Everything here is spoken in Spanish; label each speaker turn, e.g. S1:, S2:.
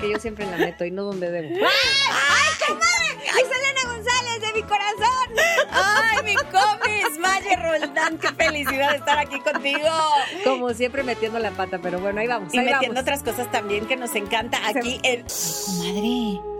S1: que yo siempre la meto y no donde debo.
S2: ¡Ay, qué madre! ¡Ay, Selena González de mi corazón! ¡Ay, mi comis! Maye Roldán, qué felicidad estar aquí contigo.
S1: Como siempre metiendo la pata, pero bueno, ahí vamos.
S2: Y
S1: ahí
S2: metiendo
S1: vamos.
S2: otras cosas también que nos encanta aquí en... Ay, comadre.